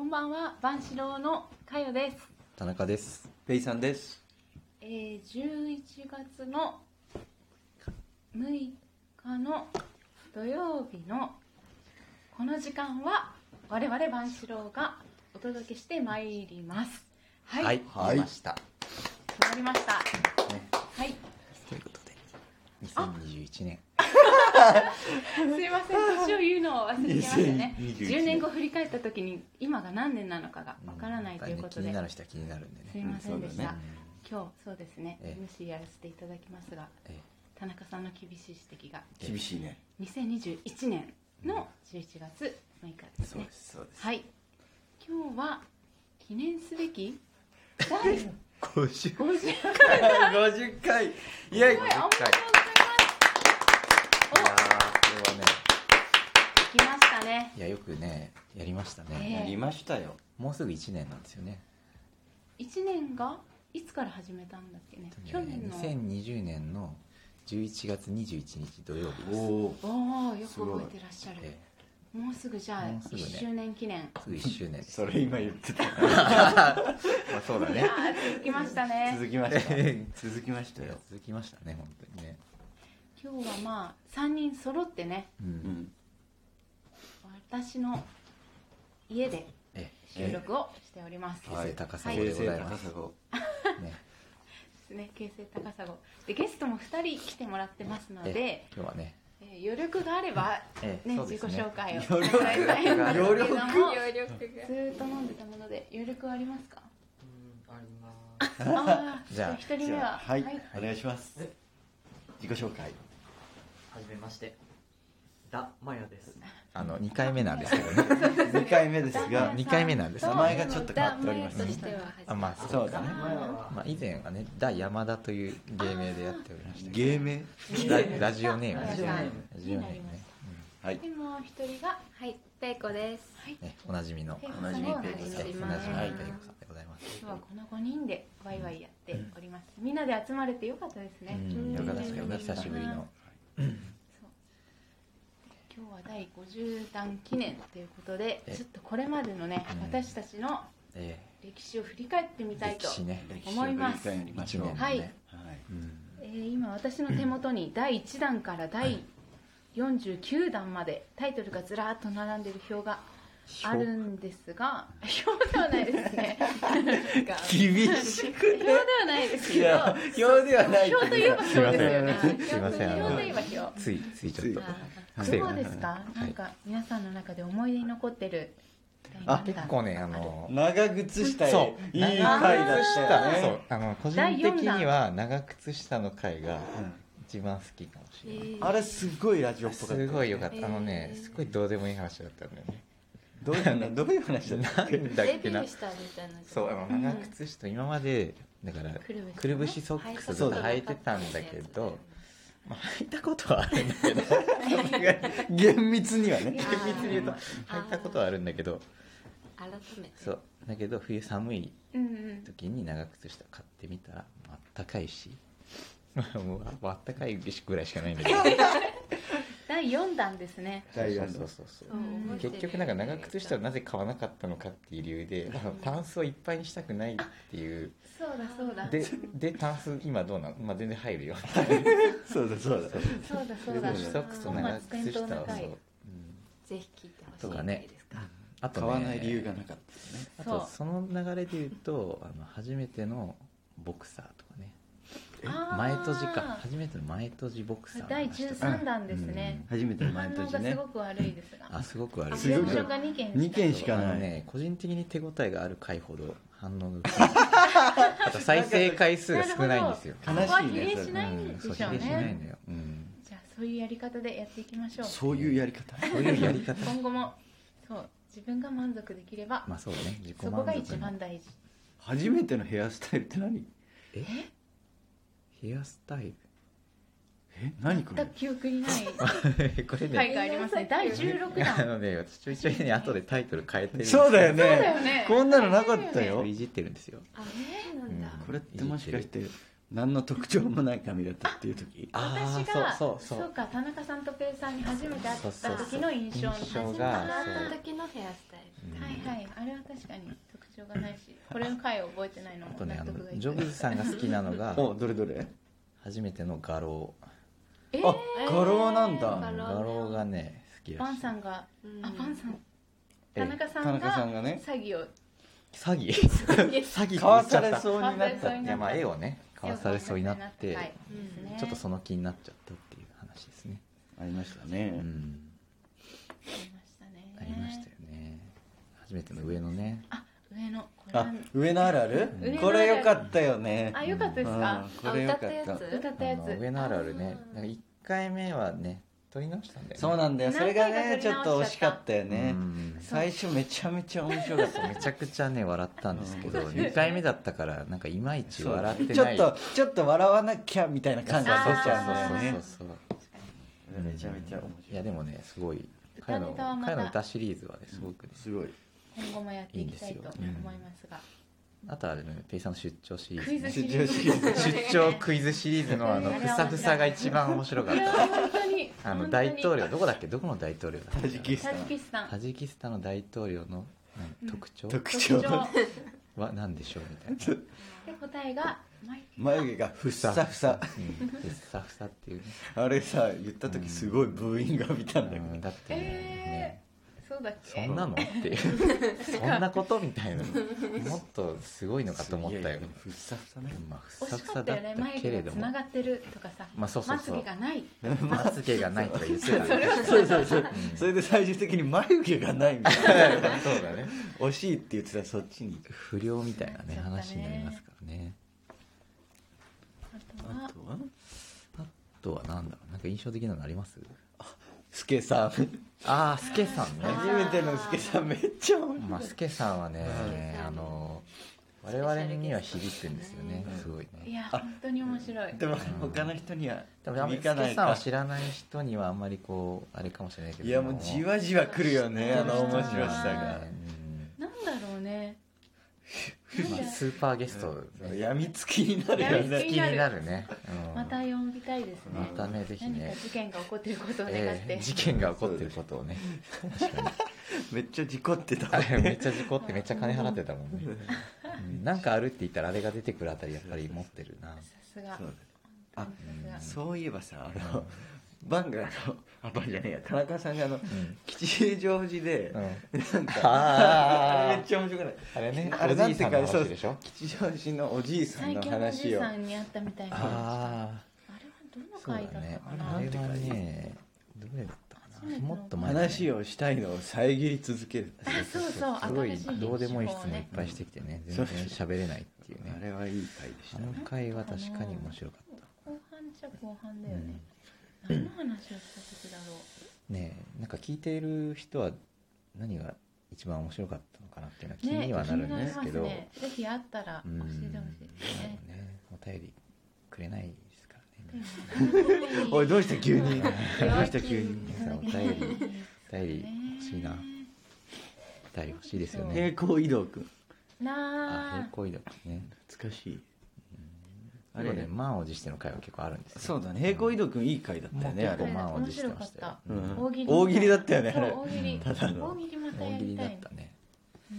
んばんは、万志郎のかよです。田中ですペイさんです。えー、11月の6日の土曜日のこの時間は我々万志郎がお届けしてまいります。はい、はい、ははいい、ました決まりました。はい、ということで2021年すいません、年を言うのを忘れてましたね。 2021 10年後振り返った時に今が何年なのかがわからないということうんで、やっぱりね気になる人は気になるんですねいませんでしうんたそうだ。今日そうですね、え MC やらせていただきますが、え田中さんの厳しい指摘が厳しいね。 2021年の11月6日ですね、す。そうではい今日は記念すべき第50回お50めでとう五十回。いやいや。ごこざいますいやーこれはねお来ましたねいやよくねやりましたね、えやりましたよ。もうすぐ1年なんですよね1年がいつから始めたんだっけね去年の2020年の11月21日土曜日ですお。おおよくすご覚いえてらっしゃるえもうすぐじゃあもうすぐね1周年記念、えすぐ1周年ですそれ今 言ってた。まあそうだいやー続きましたね続きました。続きましたよ。続きましたね本当にね今日はまあ3人揃ってねうん、うん。私の家でえ収録をしております、え形勢高さはいでござい高ます、砂をねですね京成高砂でゲストも2人来てもらってますので、今日はねえー余力があれば、ええねそう自で己すね紹介を余力伺いたいんですけども余力余力がずーっと飲んでたもので余力はありますかありますああじゃあ1人じ目はゃあはいはい、お願いしますえ。自己紹介。はじめましてダマヤですあの2回目なんですけどね二回目ですが 二回目なんです名前がちょっと変わっております名前としてはあまあそうだね。マヤはまあ、以前はね「ダ・山田」という芸名でやっておりました芸名。ララジオネームラねジオネームラジオネーになりまムしね、はいで。もう1人がはいペイコですはいうんねおなじみのペイコおなじみさんをペイコおさん願いしおまなすじみはいペイコさんでございます、今日はこの5人でワイワイやっております、みんなで集まれてよかったですね、うん、よかったですよねうん久しぶりのそう今日は第50弾記念ということでえちょっとこれまでのね、うん私たちのえ歴史を振り返ってみえたい歴と、史ね歴史を思います振り返りまし一ょう。年のね、ははいい。うんえー今私の手元に第1弾から第49弾までタイトルがずらーっと並んでる表があるんですが表ではないです ね厳しい。表ではないですいけどや、表ではないけど。表といえばそうですよねすいませんあの表といえば表ついついちょっと癖がどうですか、なんか皆さんの中で思い出に残ってるあ結構ねあの長靴下へそういい回だったよそねうあの個人第的四弾には長靴下の回がうん一番好きかもしえれない、ーあれすごいラジオっぽかったすごいよかったあのねえーすごいどうでもいい話だったんだよ ねどういうなどういう話だったっけなんだっけなしたみたいなそうあのうん長靴下今までだからくるぶしねくるぶしソックスずっと履いてたんだけどまあ履いたことはあるんだけ ど厳密にはね厳密に言うと履いたことはあるんだけど改めてそうだけど冬寒いうんうん時に長靴下買ってみたらあったかいし まあもうああったかいぐらいしかないんだけど第4弾ですね第四弾そうそうそうそううん結局なんか長靴下をなぜ買わなかったのかっていう理由であのタンスをいっぱいにしたくないっていうそうだそうだででタンス今どうなの、まあ、全然入るよそうだそうだそうだそうでだもソックスと長靴本末下をそう、転倒な回うんぜひ聞いてほしいとかねですかあと買ねわない理由がなかったねあそとうその流れで言うとあの初めてのボクサーとかねあー前閉じか初めての前閉じボクサーの第話とか13弾ですね初めての反毎応年がすねごく悪いですがあすごく悪いすごリアくクションが2件2件しあかのないね個人的に手応えがある回ほど反応が 薄いあと再生回数が少ないんですよなるほどこ悲しいねこは比例しないんでしそょうう比例しないねのよ、うん、じゃあそういうやり方でやっていきましょうそういうやり方そういうやり方今後もそう自分が満足できればまあそうね自己そ満こが足一の番大事初めてのヘアスタイルって何えヘアスタイえ何こ全れく記憶にないル これね、回がありますね第16弾あのね私ちょいちょいね後でタイトル変えてるんですそうだよそうだよねねこんなのなかったこよれいじってるんですよあそうなんだこれってもしかして何の特徴もない髪型っていう時あ私ーがそうそうそうか田中さんとペイさんに初めて会ったそうそうそう時の印象の印象初めてがあ会のった時時のヘアスタイルはいはいあれは確かに特徴がないしこれの回を覚えてないのあもとね納あ得がいのくジョブズさんが好きなの がおどれどれ初めての画廊えあ画廊なんだ画廊画廊がね好きらパンしいさんがうんあパンさんええ田中さ田ん中さんががね詐欺を 詐欺詐欺詐欺って言っち買わゃさっれたそうになっ買わされそうたにいやまあ絵をね買わされそうになってはいうんねちょっとその気になっちゃったっていう話ですねありましたうんね、ありましたねありましたよね初めての上のねあ上のこれあ上のあるある上のあるあるこれよかったよねあよかったですかうんこれよかあっ歌ったたやつ歌ったあやのつ上のあるあるねあーなんか1回目はね撮り直したんだよねそうなんだよそれがね何回かち撮ょり直しちゃったっと惜しかったよねうん最初めちゃめちゃ面白かっためちゃくちゃね笑ったんですけどうん2回目だったからなんかいまいちそう笑ってちょなっいとちょっと笑わなきゃみたいなそう感じが出ちゃうんだよそうねそうそうそうめちゃめちゃ面白いやでもねすごい歌彼ネのタはまた彼の歌シリーズはねすごくねいすごい今後もやっていきたいと思いますがあとはねペイさんの出張シリーズクイズシリ出張シリーズーズ出張クイズシリーズのあのふさふさが一番面白かっいやた本当にあ本の当に大統領どこだっけどこの大統領だっけタジキスタジキスタンタジキスタンの大統領のなんうん特徴特特徴徴は何でしょうみたいなで答えがマイ眉毛がふっさふさうんふっさふさっていうねあれさ言った時すごいブーイングが見たんだけどうんだってねえねー、そうだっそけんなのっていうそんなことみたいなもっとすごいのかと思ったよ、ふっさふさねまあ、ふさ惜しふかさっただよっねた眉け毛れがどつもながってるとかさ、まあそうそうそうまつげがないまつげがないとか言ってたから そうそうそうそれで最終的に眉毛がないみたいなそうだね惜しいって言ってたそっちに不良みたいななねっちゃったね話になりますからねああとはとあはとはなんだろうなんか印象的なのありますスケさんああスケさんね初めてのスケさんめっちゃ面白いまあスケさんはねケさんあの我々には響くんですよねすごいいねや本当に面白いでも他の人にはでもあんまり響スかなケいさんかは知らない人にはあんまりこうあれかもしれないけどいやもうじわじわ来るよねあの面白さがうんなんだろうねなんまあだスーパーゲストそうやみつきになるよやみつ好きにきになるなるねうんまた呼びたいですねまたねぜひ何かね事件が起こっていることを願って、ええ事件が起こってること をねめっちゃ事故ってたあれめっちゃ事故ってめっちゃ金払ってたもんねうんなんかあるって言ったらあれが出てくるあたりやっぱり持ってるなさすがそうさあすがそういえばさあのバンがあのあバンじゃねえや田中さんがあのん吉祥寺で、うんあれあめっちゃ面白くなーいあれねあれおなじんいてさんかのそ話うでしょ吉祥寺のおじいさん最の近おじい話をさんに会ったみたいなあああれはどのそう回だだねったかな、あれはねどれだったか初めなてのもっと前だね話をしたいのを遮り続けるあそうそうすごい新しいどうでもいい手質法を問いっねぱいしてきてね全然喋れないっていうあねれはいい回でしあたのね回は確かに面白かっ後半じゃ後半だよね、何の話をした時だろうたねえなんか聞いてる人は何が一番面白かったのかなっていうのは気ねにはなるんですけど、気になりますね、ぜひあったらう教んえてほねお便りくれないですからねしいですね。おいどうした急にどうした急に皆さんお便りお便り欲しいなお便り欲しいですよね平行移動くんあ平な行移動ね懐かしいあれね満を持しての回は結構あるんですよそうだね平行移動くんいい回だったよねもうあ結構れ前あ、満を面持して白まかっしたよた。うん大喜利大喜利だったよねそあうれ大喜利。ただの大喜利また大や喜り利ただっいね。たねうん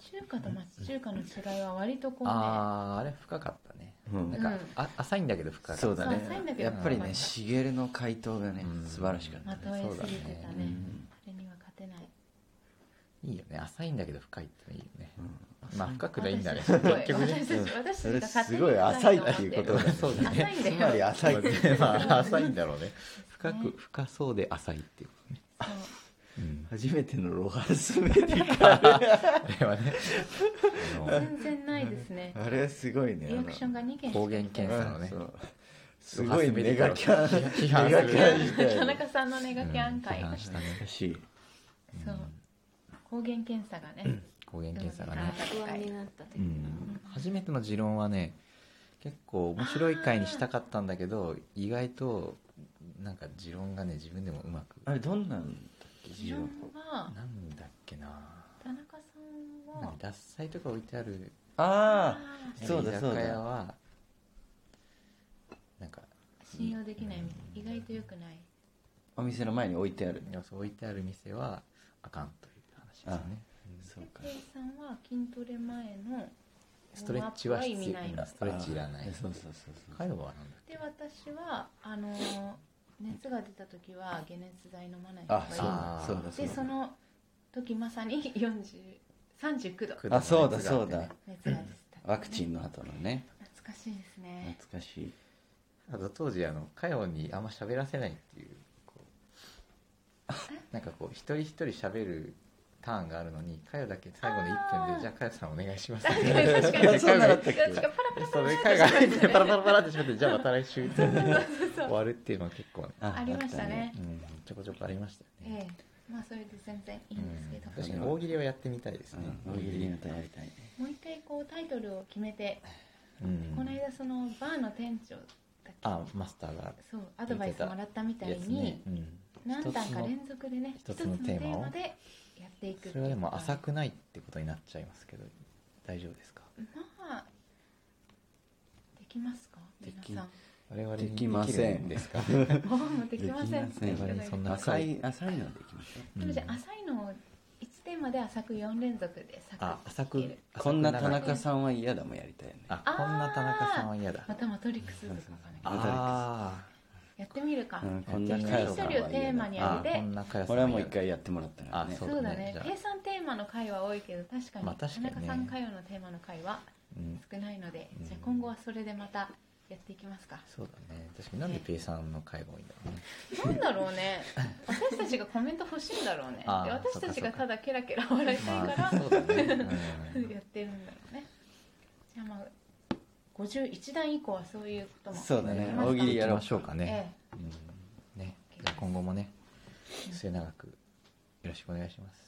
中華と町中華の違いは割とこうね、あーあれ深かったねうんなんか、うんあ浅いんだけど深かったそうだねそう浅いんだけどやっぱりねしげるの回答がねうん素晴らしかったまとえすぎてそうただね。ねあれには勝てない。いいよね浅いんだけど深いってのいいよねう、んまあ深くないんだね私結すごい局ね私たち私たちが勝手にそれすごい浅いっていうことだねそうだね浅いんだつまりよ。浅いってまあ浅いんだろうね深く深そうで浅いっていうことね、そううん、初めてのロハスメディカあれはねあの全然ないですね。あれはすごいねリアクションが2件しか抗来てない原検査のねそうすごいネガキャン批判ネガすキるャンした田よね中さんのネガキャン会、批判したね難しいそう抗原検査がね抗原検査がうんね、不安になったとういうかん、初めての持論はね結構面白い回にしたかったんだけど意外となんか持論がね自分でもうまくあれどんなんだっけ自分はなんだっけな田中さんは何獺祭とか置いてあるあああそうだそう居酒屋だはなんかー信用できない意外とよくないお店の前に置いてあるいやそう置いてある店はあかんという話話ですねそうか哲平さんは筋トレ前のストレッチは必ウォームアップは意味ない要ストレッチいらないあーそうそうそうそうカイロはなんだっけで私はあのー熱が出た時は解熱剤飲まない方がいあいそうだあーそうだでそそうだの時まさに40 39度くあそうだそう熱があっだてね熱が出てた、ワクチンの後のね懐かしいですね懐かしいあと当時あのカヨにあんま喋らせないっていうこうなんかこう一人一人喋るターンがあるのにカヨだけ最後の1分あーで「じゃあカヨさんお願いします」っ確かてに確かでにカヨがパラそうねカヨが入ってパラパラパラってしまって「じゃあまた来週」って終わるっていうのは結構ね、あありましたねうん、ちょこちょこありましたよね、ええまあそれで全然いいんですけど、確かに大喜利はやってみたいですあね、大喜利ネタやりたいもう一回こうタイトルを決めて、うんこの間そのバーの店長だっけあマスターがそうアドバイスもらったみたいやつに、ね、うん、何段か連続でね一一つつののテテーマーをマでやっていくっていうそれはでも浅くないってことになっちゃいますけど大丈夫ですかまあできますかでき皆さん我々にできませできるんですかボー もできませんできませんって人がいるそんな浅い浅いのでいきましょでもじゃあ浅いのを1テーマで浅く4連続でサクッあ浅いけくるうこんな田中さんは嫌だもやりたいよねああーこんな田中さんは嫌だまたマトリックスとかかなああやってみるか、うんこんじゃなあ一人カヨ一さんは人をテーマにー嫌ああげーこてんなかよさんこれははもう嫌一だ回やってもらったからねあそそうだそうだねねじゃあ計算テーマの回は多いけど確かに,、まあ確かにね田中さん回のテーマの回はうん少ないので、うんじゃあ今後はそれでまたやっていきますかそうだね確かになんでペイさんの会が多いんだろうねなんだろう ね私たちがコメント欲しいんだろうねであー私たちがそたっかそっかだケラケラ笑いたいから、まあそうだね、 うんやってるんだろうねじゃあまあ51段以降はそういうこともそうだねやりますか大喜利やろう行きましょうかね、えうんねじゃあ今後もね末永くよろしくお願いします